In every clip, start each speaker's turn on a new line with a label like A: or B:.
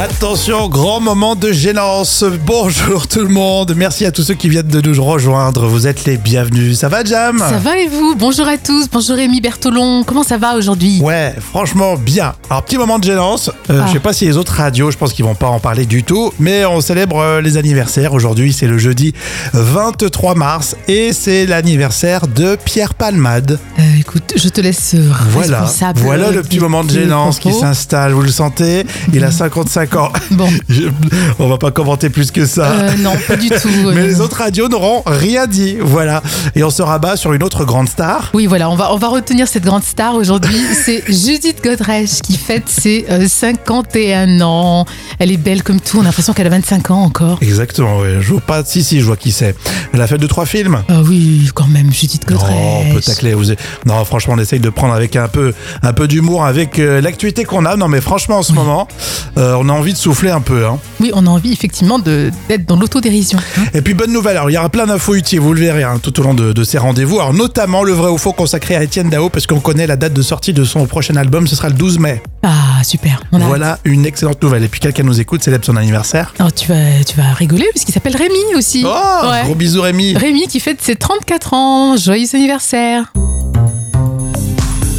A: Attention, grand moment de gênance. Bonjour tout le monde. Merci à tous ceux qui viennent de nous rejoindre. Vous êtes les bienvenus. Ça va, Jam
B: Ça va et vous Bonjour à tous, bonjour Rémi Bertolon, comment ça va aujourd'hui
A: Ouais, franchement bien. Alors petit moment de gênance. Euh,
B: Ah.
A: Je sais pas si les autres radios, je pense qu'ils vont pas en parler du tout, mais on célèbre euh, les anniversaires. Aujourd'hui, c'est le jeudi 23 mars et c'est l'anniversaire de Pierre Palmade.
B: Euh, Écoute, je te laisse euh,
A: Voilà,
B: responsable.
A: voilà
B: euh,
A: le petit moment de
B: du
A: gênance qui
B: propos.
A: s'installe. Vous le sentez Il a
B: Mhm.
A: 55 ans.
B: Bon,
A: Je- On va pas commenter plus que ça.
B: euh, non, pas du tout. euh,
A: Ah. Mais les autres radios n'auront rien dit, voilà. Et on se rabat sur une autre grande star.
B: Oui, voilà, on va, on va retenir cette grande star aujourd'hui. C'est Judith Godrèche qui fête ses euh, 51 ans. Elle est belle comme tout, on a l'impression qu'elle a 25 ans encore.
A: Exactement, ouais. je vois pas. Si, si, je vois qui c'est. Elle a fait deux, trois films.
B: Ah oui, quand même, Judith
A: Non, on peut
B: Godrèche.
A: tacler. vous- Non, franchement, on essaye de prendre avec un peu, un peu d'humour, avec euh, l'actualité qu'on a. Non, mais franchement, en ce moment, euh, on a envie de souffler un peu. hein.
B: oui, on a envie effectivement de- d'être dans l'autodérision. hein.
A: Et puis, bonne nouvelle. Alors, il y aura plein d'infos utiles, vous le verrez, hein, tout au long de, de ces rendez-vous. Alors, notamment le vrai ou faux consacré à Étienne Dao, parce qu'on connaît la date de sortie de son prochain album. Ce sera le 12 mai.
B: Ah, super. On a-
A: Voilà une excellente nouvelle. Et puis, quelqu'un nous écoute, célèbre son anniversaire.
B: Alors, Oh, tu, vas, tu vas rigoler parce qu'il s'appelle Rémi aussi.
A: Oh,
B: Ouais.
A: gros bisous Rémi.
B: Rémi qui fête ses 34 ans. Joyeux anniversaire.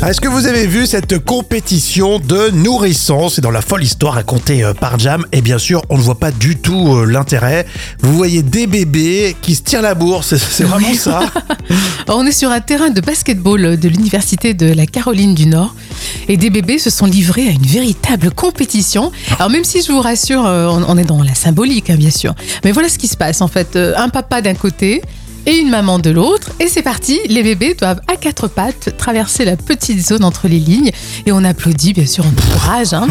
A: Ah, Est-ce que vous avez vu cette compétition de nourrissons C'est dans la folle histoire racontée euh, par Jam. Et bien sûr, on ne voit pas du tout euh, l'intérêt. Vous voyez des bébés qui se tirent la bourre. C'est- C'est vraiment ça.
B: Alors, on est sur un terrain de basketball de l'université de la Caroline du Nord. Et des bébés se sont livrés à une véritable compétition. Alors même si je vous rassure, euh, on, on est dans la symbolique, hein, bien sûr. Mais voilà ce qui se passe en fait. Euh, Un papa d'un côté et une maman de l'autre. Et c'est parti, les bébés doivent à quatre pattes traverser la petite zone entre les lignes. Et on applaudit, bien sûr, on encourage. hein.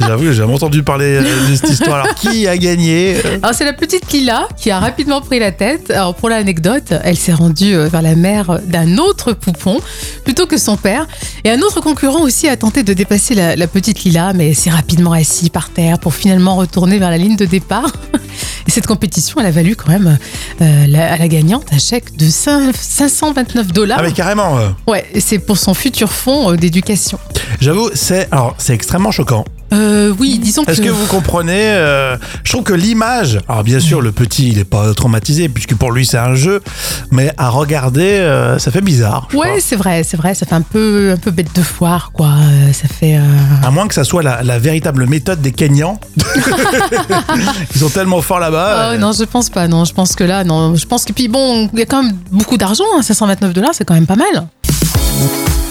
A: J'avoue, j'ai jamais entendu parler euh, de cette histoire. Alors, qui a gagné
B: Alors c'est la petite Lila qui a rapidement pris la tête. Alors pour l'anecdote, elle s'est rendue euh, vers la mère d'un autre poupon plutôt que son père. Et un autre concurrent aussi a tenté de dépasser la, la petite Lila, mais s'est rapidement assis par terre pour finalement retourner vers la ligne de départ. Et cette compétition, elle a valu quand même euh, la- à la gagnante un chèque de 5- 529 dollars.
A: Ah, mais carrément. euh,
B: Ouais, et c'est pour son futur fonds euh, d'éducation.
A: J'avoue, c'est alors c'est extrêmement choquant.
B: Euh, oui, disons
A: Est-ce que vous comprenez euh, Je trouve que l'image, alors bien sûr, le petit, il est pas traumatisé puisque pour lui c'est un jeu, mais à regarder, euh, ça fait bizarre. je
B: Ouais,
A: crois.
B: c'est vrai, c'est vrai, ça fait un peu, un peu bête de foire, quoi. Euh, Ça fait. euh,
A: À moins que ça soit la, la véritable méthode des Kenyans. Ils sont tellement forts là-bas.
B: Ah
A: euh,
B: ouais, non, je pense pas. Non, je pense que là, non, je pense que puis bon, il y a quand même beaucoup d'argent. hein, 529 dollars, c'est quand même pas mal.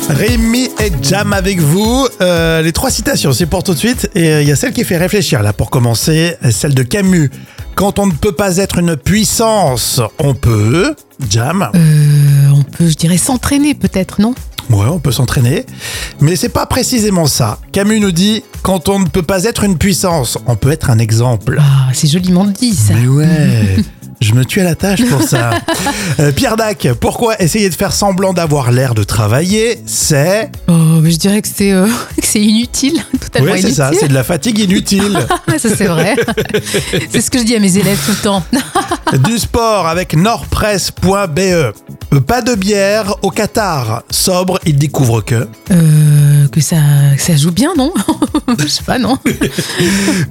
A: Rémi et Jam avec vous. Euh, les trois citations, c'est pour tout de suite. Et euh, il y a celle qui fait réfléchir là pour commencer, euh, celle de Camus. Quand on ne peut pas être une puissance, on peut. Jam,
B: Euh, on peut, je dirais, s'entraîner peut-être, non
A: ouais, on peut s'entraîner. Mais c'est pas précisément ça. Camus nous dit quand on ne peut pas être une puissance, on peut être un exemple.
B: Ah, c'est joliment dit ça.
A: Mais ouais, je me tue à la tâche pour ça. Euh, Pierre Dac, pourquoi essayer de faire semblant d'avoir l'air de travailler C'est.
B: Oh, mais je dirais que c'est, euh, que c'est inutile, totalement
A: Oui, c'est
B: inutile.
A: ça, c'est de la fatigue inutile.
B: Ah, ça, c'est vrai. c'est ce que je dis à mes élèves tout le temps.
A: du sport avec nordpresse.be. Euh, Pas de bière au Qatar. Sobre, il découvre que.
B: Euh, que ça, que ça joue bien, non Je sais pas, non.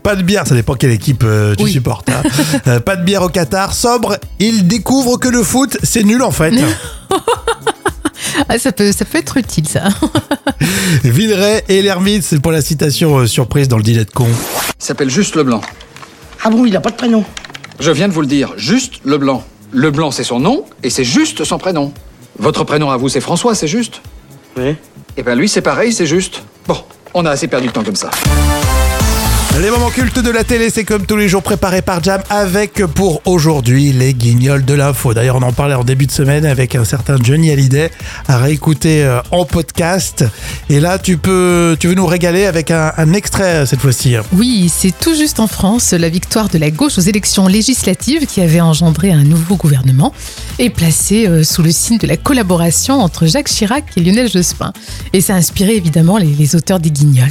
A: Pas de bière, ça dépend quelle équipe euh, tu
B: Oui.
A: supportes. hein. Euh, pas de bière au Qatar. Sobre, il découvre que le foot, c'est nul en fait.
B: Ah, ça peut, ça peut être utile ça.
A: Villeray et l'ermite, c'est pour la citation euh, surprise dans le dîner de con.
C: Il s'appelle Juste Leblanc.
D: Ah bon, il a pas de prénom.
C: Je viens de vous le dire, Juste Leblanc. Leblanc, c'est son nom, et c'est juste son prénom. Votre prénom à vous, c'est François, c'est juste
D: Oui.
C: Eh ben lui, c'est pareil, c'est juste. Bon, on a assez perdu de temps comme ça.
A: Les moments cultes de la télé, c'est comme tous les jours préparé par Jam avec pour aujourd'hui les guignols de l'info. D'ailleurs, on en parlait en début de semaine avec un certain Johnny Hallyday à réécouter euh, en podcast. Et là, tu peux, tu veux nous régaler avec un, un extrait euh, cette fois-ci.
B: Oui, c'est tout juste en France la victoire de la gauche aux élections législatives qui avait engendré un nouveau gouvernement et placé euh, sous le signe de la collaboration entre Jacques Chirac et Lionel Jospin. Et ça a inspiré évidemment les, les auteurs des Guignols.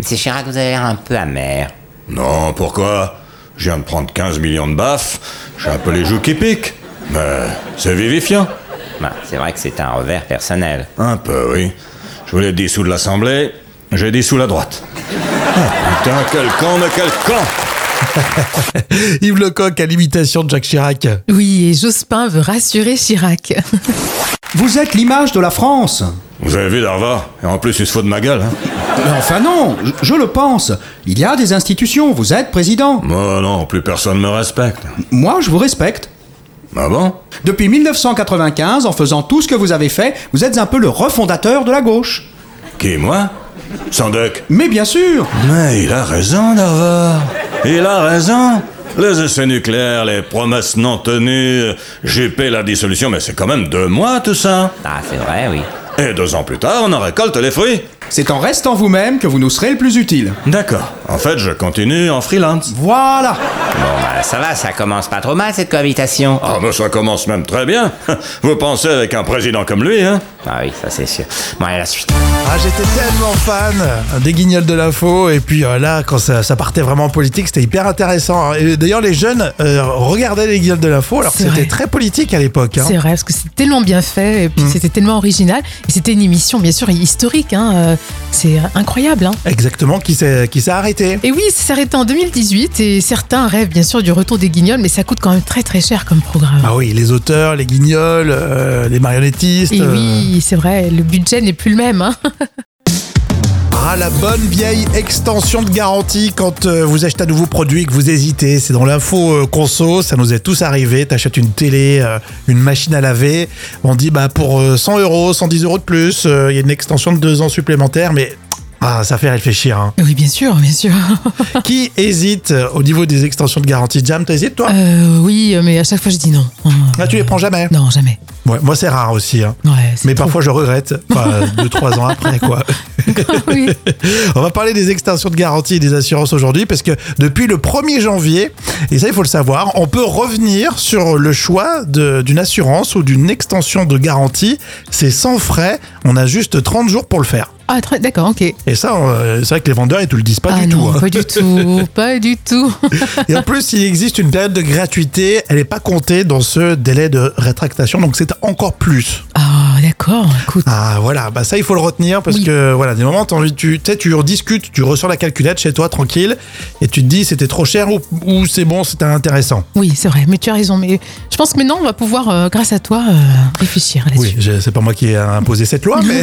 E: Monsieur Chirac, vous avez l'air un peu amer.
F: Non, pourquoi Je viens de prendre 15 millions de baffes, j'ai un peu les joues qui piquent. Mais c'est vivifiant.
E: Bah, c'est vrai que c'est un revers personnel.
F: Un peu, oui. Je voulais dissous de l'Assemblée, j'ai dissous la droite. Ah, Putain, quel camp de quel camp
A: Yves Lecoq à l'imitation de Jacques Chirac.
B: Oui, et Jospin veut rassurer Chirac.
G: Vous êtes l'image de la France.
F: Vous avez vu Darva Et en plus, il se fout de ma gueule. Hein.
G: Mais enfin non, je, je le pense. Il y a des institutions, vous êtes président.
F: Moi, non, plus personne me respecte.
G: Moi, je vous respecte.
F: Ah bon
G: Depuis 1995, en faisant tout ce que vous avez fait, vous êtes un peu le refondateur de la gauche.
F: Qui, moi Sandek
G: Mais bien sûr
F: Mais il a raison, Darva. Il a raison. Les essais nucléaires, les promesses non tenues, GP, la dissolution, mais c'est quand même deux mois tout ça.
E: Ah, c'est vrai, oui.
F: Et deux ans plus tard, on en récolte les fruits.
G: C'est en restant vous-même que vous nous serez le plus utile.
F: D'accord. En fait, je continue en freelance.
G: Voilà
E: Bon, bah, ça va, ça commence pas trop mal cette cohabitation. Oh,
F: Ah, ben ça commence même très bien. Vous pensez avec un président comme lui, hein
E: Ah oui, ça c'est sûr. Bon, allez, la suite.
A: Ah, j'étais tellement fan des guignols de l'info. Et puis euh, là, quand ça, ça partait vraiment en politique, c'était hyper intéressant. hein. Et D'ailleurs, les jeunes euh, regardaient les guignols de l'info alors que
B: C'est
A: c'était
B: vrai.
A: très politique à l'époque. hein.
B: C'est vrai, parce que c'est tellement bien fait, et puis c'était tellement original. Et c'était une émission, bien sûr, historique. hein, euh, C'est incroyable. hein.
A: Exactement, qui s'est qui s'est arrêté.
B: Et oui, ça s'est arrêté en 2018, et certains rêvent, bien sûr, du retour des guignols, mais ça coûte quand même très très cher comme programme.
A: Ah oui, les auteurs, les guignols, euh, les marionnettistes.
B: Et
A: euh,
B: Eh oui, c'est vrai, le budget n'est plus le même. hein.
A: Ah, la bonne vieille extension de garantie quand euh, vous achetez un nouveau produit et que vous hésitez. C'est dans l'info euh, conso, ça nous est tous arrivé. T'achètes une télé, euh, une machine à laver. On dit bah pour euh, 100 euros, 110 euros de plus, euh, il y a une extension de deux ans supplémentaire, mais. Ah, ça fait réfléchir. hein.
B: Oui, bien sûr, bien sûr.
A: Qui hésite euh, au niveau des extensions de garantie Jam, t'hésites toi
B: Euh, oui, mais à chaque fois je dis non. Hein.
A: Là, tu les prends jamais.
B: Non, jamais.
A: Ouais, moi, c'est rare aussi. hein.
B: Ouais, c'est
A: Mais
B: trop.
A: parfois, je regrette. Enfin, deux, trois ans après, quoi.
B: oui.
A: On va parler des extensions de garantie et des assurances aujourd'hui parce que depuis le 1er janvier, et ça il faut le savoir, on peut revenir sur le choix de- d'une assurance ou d'une extension de garantie. C'est sans frais, on a juste 30 jours pour le faire.
B: Ah, très- d'accord, ok.
A: Et ça, euh, c'est vrai que les vendeurs, ils te le disent pas
B: ah
A: du
B: non,
A: tout. hein.
B: pas du tout, pas du tout.
A: Et en plus, il existe une période de gratuité, elle n'est pas comptée dans ce délai de rétractation, donc c'est encore plus.
B: Ah, d'accord, écoute.
A: Ah voilà, bah ça il faut le retenir parce
B: Oui.
A: que voilà, des moments t'as envie, tu tu sais, tu en discutes, tu ressors la calculette chez toi tranquille et tu te dis c'était trop cher ou, ou c'est bon, c'était intéressant.
B: Oui, c'est vrai, mais tu as raison. Mais je pense que maintenant, on va pouvoir, euh, grâce à toi, euh, réfléchir là-dessus.
A: Oui, je- c'est pas moi qui ai imposé cette loi, mais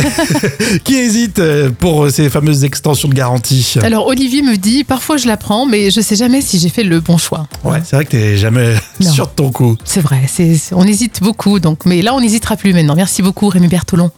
A: qui hésite euh, pour ces fameuses extensions de garantie
B: Alors, Olivier me dit, parfois je la prends, mais je sais jamais si j'ai fait le bon choix.
A: Ouais, c'est vrai que t'es jamais
B: Non.
A: sûr de ton coup.
B: C'est vrai, c'est- c'est- on hésite beaucoup, donc, mais là, on n'hésitera plus maintenant. Merci beaucoup, Rémi Bertolon.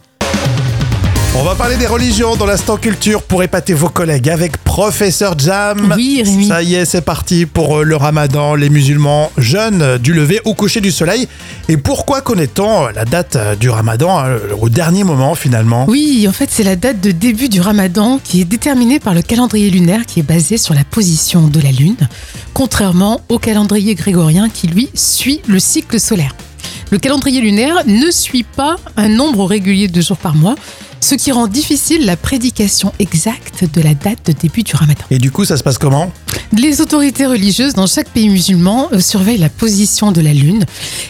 A: On va parler des religions dans l'instant culture pour épater vos collègues avec Professeur Jam.
B: Oui, Rémi.
A: Ça y est, c'est parti pour euh, le ramadan, les musulmans jeunes euh, du lever au coucher du soleil. Et pourquoi connaît-on euh, la date euh, du ramadan hein, au dernier moment finalement
B: Oui, en fait, c'est la date de début du ramadan qui est déterminée par le calendrier lunaire qui est basé sur la position de la Lune, contrairement au calendrier grégorien qui, lui, suit le cycle solaire. Le calendrier lunaire ne suit pas un nombre régulier de jours par mois, ce qui rend difficile la prédication exacte de la date de début du ramadan.
A: Et du coup, ça se passe comment
B: Les autorités religieuses dans chaque pays musulman euh, surveillent la position de la lune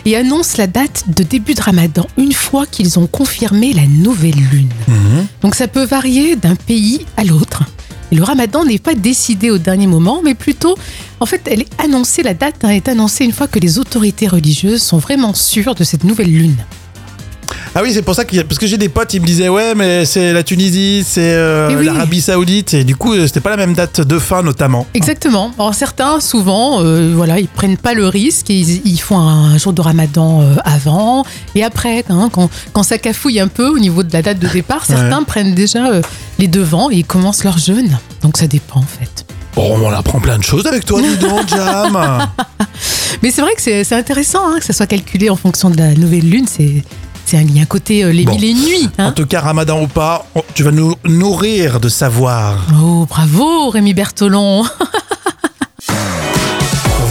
B: et annoncent la date de début de ramadan une fois qu'ils ont confirmé la nouvelle lune. Donc ça peut varier d'un pays à l'autre. Et Le ramadan n'est pas décidé au dernier moment, mais plutôt, en fait, elle est annoncée, la date hein, est annoncée une fois que les autorités religieuses sont vraiment sûres de cette nouvelle lune.
A: Ah oui, c'est pour ça que parce que j'ai des potes, ils me disaient ouais, mais c'est la Tunisie, c'est euh,
B: Eh oui.
A: l'Arabie Saoudite et du coup, euh, c'était pas la même date de fin notamment.
B: Exactement. Alors certains, souvent, euh, voilà, ils prennent pas le risque, ils, ils font un jour de ramadan euh, avant et après, hein, quand, quand ça cafouille un peu au niveau de la date de départ, certains prennent déjà euh, les devants et ils commencent leur jeûne. Donc ça dépend en fait.
A: Bon, on apprend plein de choses avec toi, dis donc, Jam.
B: Mais c'est vrai que c'est c'est intéressant hein, que ça soit calculé en fonction de la nouvelle lune, c'est... C'est un lien côté euh, les
A: Bon.
B: mille et une nuits.
A: en
B: hein.
A: tout cas, ramadan ou pas, on- tu vas nous nourrir de savoir.
B: Oh, bravo Rémi Bertolon.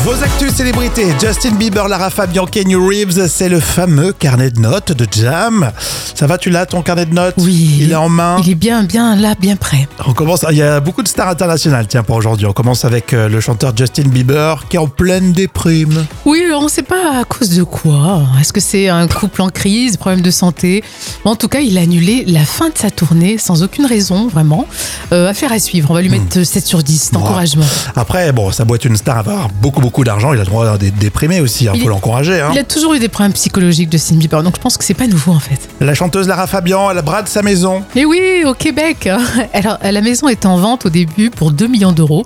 A: Vos Aux actus célébrités, Justin Bieber, Lara Fabian, Kenny Reeves, c'est le fameux carnet de notes de Jam. Ça va, tu l'as ton carnet de notes
B: Oui.
A: Il est en main.
B: Il est bien, bien là, bien prêt.
A: On commence, il y a beaucoup de stars internationales, tiens, pour aujourd'hui. On commence avec euh, le chanteur Justin Bieber qui est en pleine déprime.
B: Oui, alors on ne sait pas à cause de quoi. Est-ce que c'est un couple en crise, problème de santé Mais En tout cas, il a annulé la fin de sa tournée sans aucune raison, vraiment. Euh, affaire à suivre. On va lui
A: Hmm.
B: mettre 7 sur 10 d'encouragement.
A: Après, bon, ça boîte une star à avoir beaucoup, beaucoup d'argent. Il a le droit d'être déprimé aussi. Il
B: Il
A: faut
B: est-
A: l'encourager. hein.
B: Il a toujours eu des problèmes psychologiques de Justin Bieber, donc je pense que c'est pas nouveau en fait.
A: La chanteuse Lara Fabian, elle brade sa maison.
B: Et oui, au Québec. Alors, la maison est en vente au début pour 2 millions d'euros.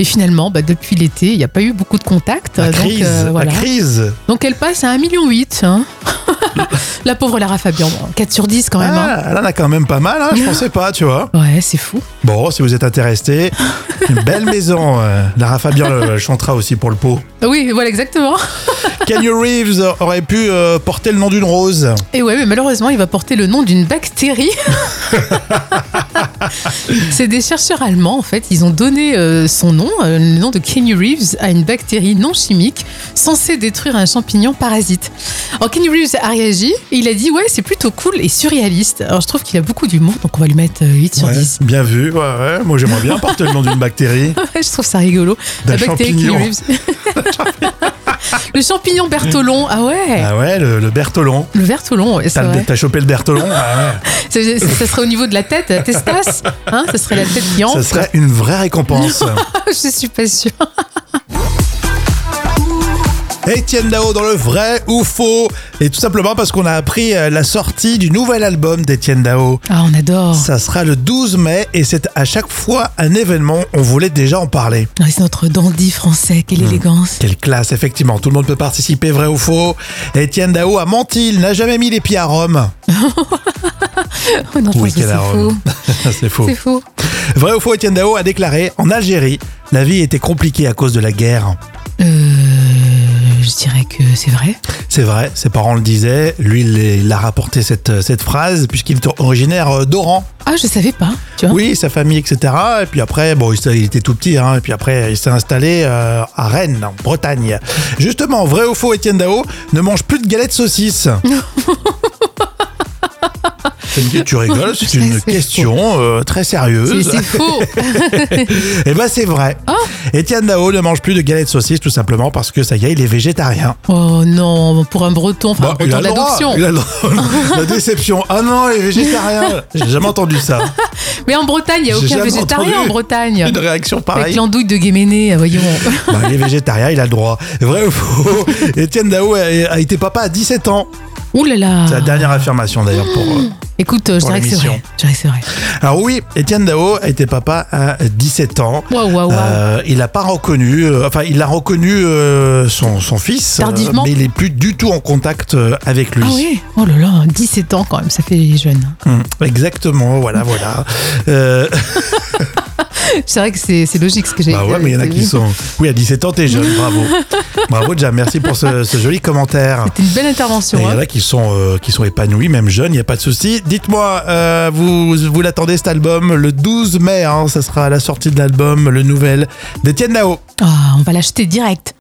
B: Et finalement, bah, depuis l'été, il n'y a pas eu beaucoup de contacts.
A: Hmm. La
B: donc,
A: crise.
B: euh, voilà.
A: La crise.
B: donc elle passe à 1,8 million. hein. la pauvre Lara Fabian, 4 sur 10 quand même. hein.
A: Ah, elle en a quand même pas mal. hein, je pensais pas, tu vois.
B: Ouais, c'est fou.
A: Bon, si vous êtes intéressé, une belle maison. euh, Lara Fabian euh, chantera aussi pour le pot.
B: Oui, voilà, exactement.
A: Kenny Reeves aurait pu euh, porter le nom d'une rose.
B: Et ouais, mais malheureusement, il va porter le nom d'une bactérie. C'est des chercheurs allemands, en fait. Ils ont donné euh, son nom, euh, le nom de Kenny Reeves, à une bactérie non chimique censée détruire un champignon parasite. Alors, Kenny Reeves a réagi et il a dit Ouais, c'est plutôt cool et surréaliste. Alors, je trouve qu'il a beaucoup d'humour, donc on va lui mettre euh, 8 sur
A: Ouais,
B: 10.
A: bien vu. ouais, ouais. Moi, j'aimerais bien porter le nom d'une bactérie.
B: Ouais, je trouve ça rigolo.
A: D'un champignon.
B: le champignon Bertolon, ah ouais
A: Ah ouais, le, le Bertolon.
B: Le Bertolon, ouais, c'est
A: T'as
B: vrai.
A: t'as chopé le Bertolon ah ouais.
B: Ça, ça- ça serait au niveau de la tête, la testasse. Hein, ça serait la tête qui
A: Ça
B: enfle.
A: serait une vraie récompense.
B: Je suis pas sûre.
A: Étienne Dao dans le vrai ou faux. Et tout simplement parce qu'on a appris euh, la sortie du nouvel album d'Étienne Dao.
B: Ah, on adore.
A: Ça sera le 12 mai et c'est à chaque fois un événement. On voulait déjà en parler.
B: Ah, C'est notre dandy français,
A: Hmm.
B: quelle élégance.
A: Quelle classe, effectivement. Tout le monde peut participer, vrai ou faux. Étienne Dao a menti, il n'a jamais mis les pieds à Rome.
B: Oh non, je
A: Oui,
B: pense que Ah, c'est
A: quelle Oh.
B: faux.
A: Rome. c'est faux.
B: C'est faux.
A: Vrai ou faux, Étienne Dao a déclaré en Algérie, la vie était compliquée à cause de la guerre.
B: Euh, je dirais que c'est vrai.
A: C'est vrai, ses parents le disaient. Lui, il il a rapporté cette, cette phrase puisqu'il est originaire euh, d'Oran.
B: Ah, je savais pas. Tu vois
A: Oui, sa famille, etc. Et puis après, bon, il s'est- il était tout petit, hein, et puis après, il s'est installé euh, à Rennes, en Bretagne. Justement, vrai ou faux, Étienne Dao ne mange plus de galettes saucisses. C'est une- Tu rigoles, c'est une
B: C'est
A: question euh, très
B: C'est-
A: sérieuse.
B: C'est faux.
A: Eh ben c'est vrai.
B: Ah.
A: Étienne Dao ne mange plus de galettes saucisses tout simplement parce que ça y est, il est végétarien.
B: Oh non, pour un breton, enfin, un
A: Bon, Bah, il a
B: breton
A: le droit,
B: d'adoption.
A: il a le droit. La déception. Ah non, il est végétarien. J'ai jamais entendu ça.
B: Mais en Bretagne, il n'y a
A: J'ai
B: aucun
A: jamais
B: végétarien
A: entendu
B: en Bretagne.
A: Une réaction
B: Avec
A: pareille.
B: l'andouille de Guéméné, euh, voyons.
A: Bah, il est végétarien, il a le droit. Vrai ou faux Étienne Dao a, a été papa à 17 ans.
B: Ouh là là.
A: C'est la dernière affirmation d'ailleurs pour. euh,
B: Écoute, euh, je
A: pour
B: dirais que c'est
A: l'émission.
B: vrai. Je dirais que c'est vrai.
A: Alors oui, Étienne Dao a été papa à 17 ans.
B: Waouh, waouh, Ah waouh.
A: Euh, il a pas reconnu, euh, enfin il a reconnu euh, son, son fils, euh,
B: Tardivement.
A: mais il est plus du tout en contact euh, avec lui.
B: Ah oui Oh là là, 17 ans quand même, ça fait jeune.
A: Hum, exactement, voilà, voilà. Euh,
B: C'est vrai que c'est c'est logique ce que j'ai
A: bah ouais, mais il y en a qui sont. Oui, à 17 ans, t'es jeune, bravo. bravo, Jam, merci pour ce, ce joli commentaire.
B: C'était une belle intervention.
A: Et Il y
B: hein.
A: en a qui sont, euh, qui sont épanouis, même jeunes, il n'y a pas de souci. Dites-moi, euh, vous, vous l'attendez cet album le 12 mai, hein, ça sera la sortie de l'album, le nouvel d'Étienne Dao.
B: Ah, on va l'acheter direct.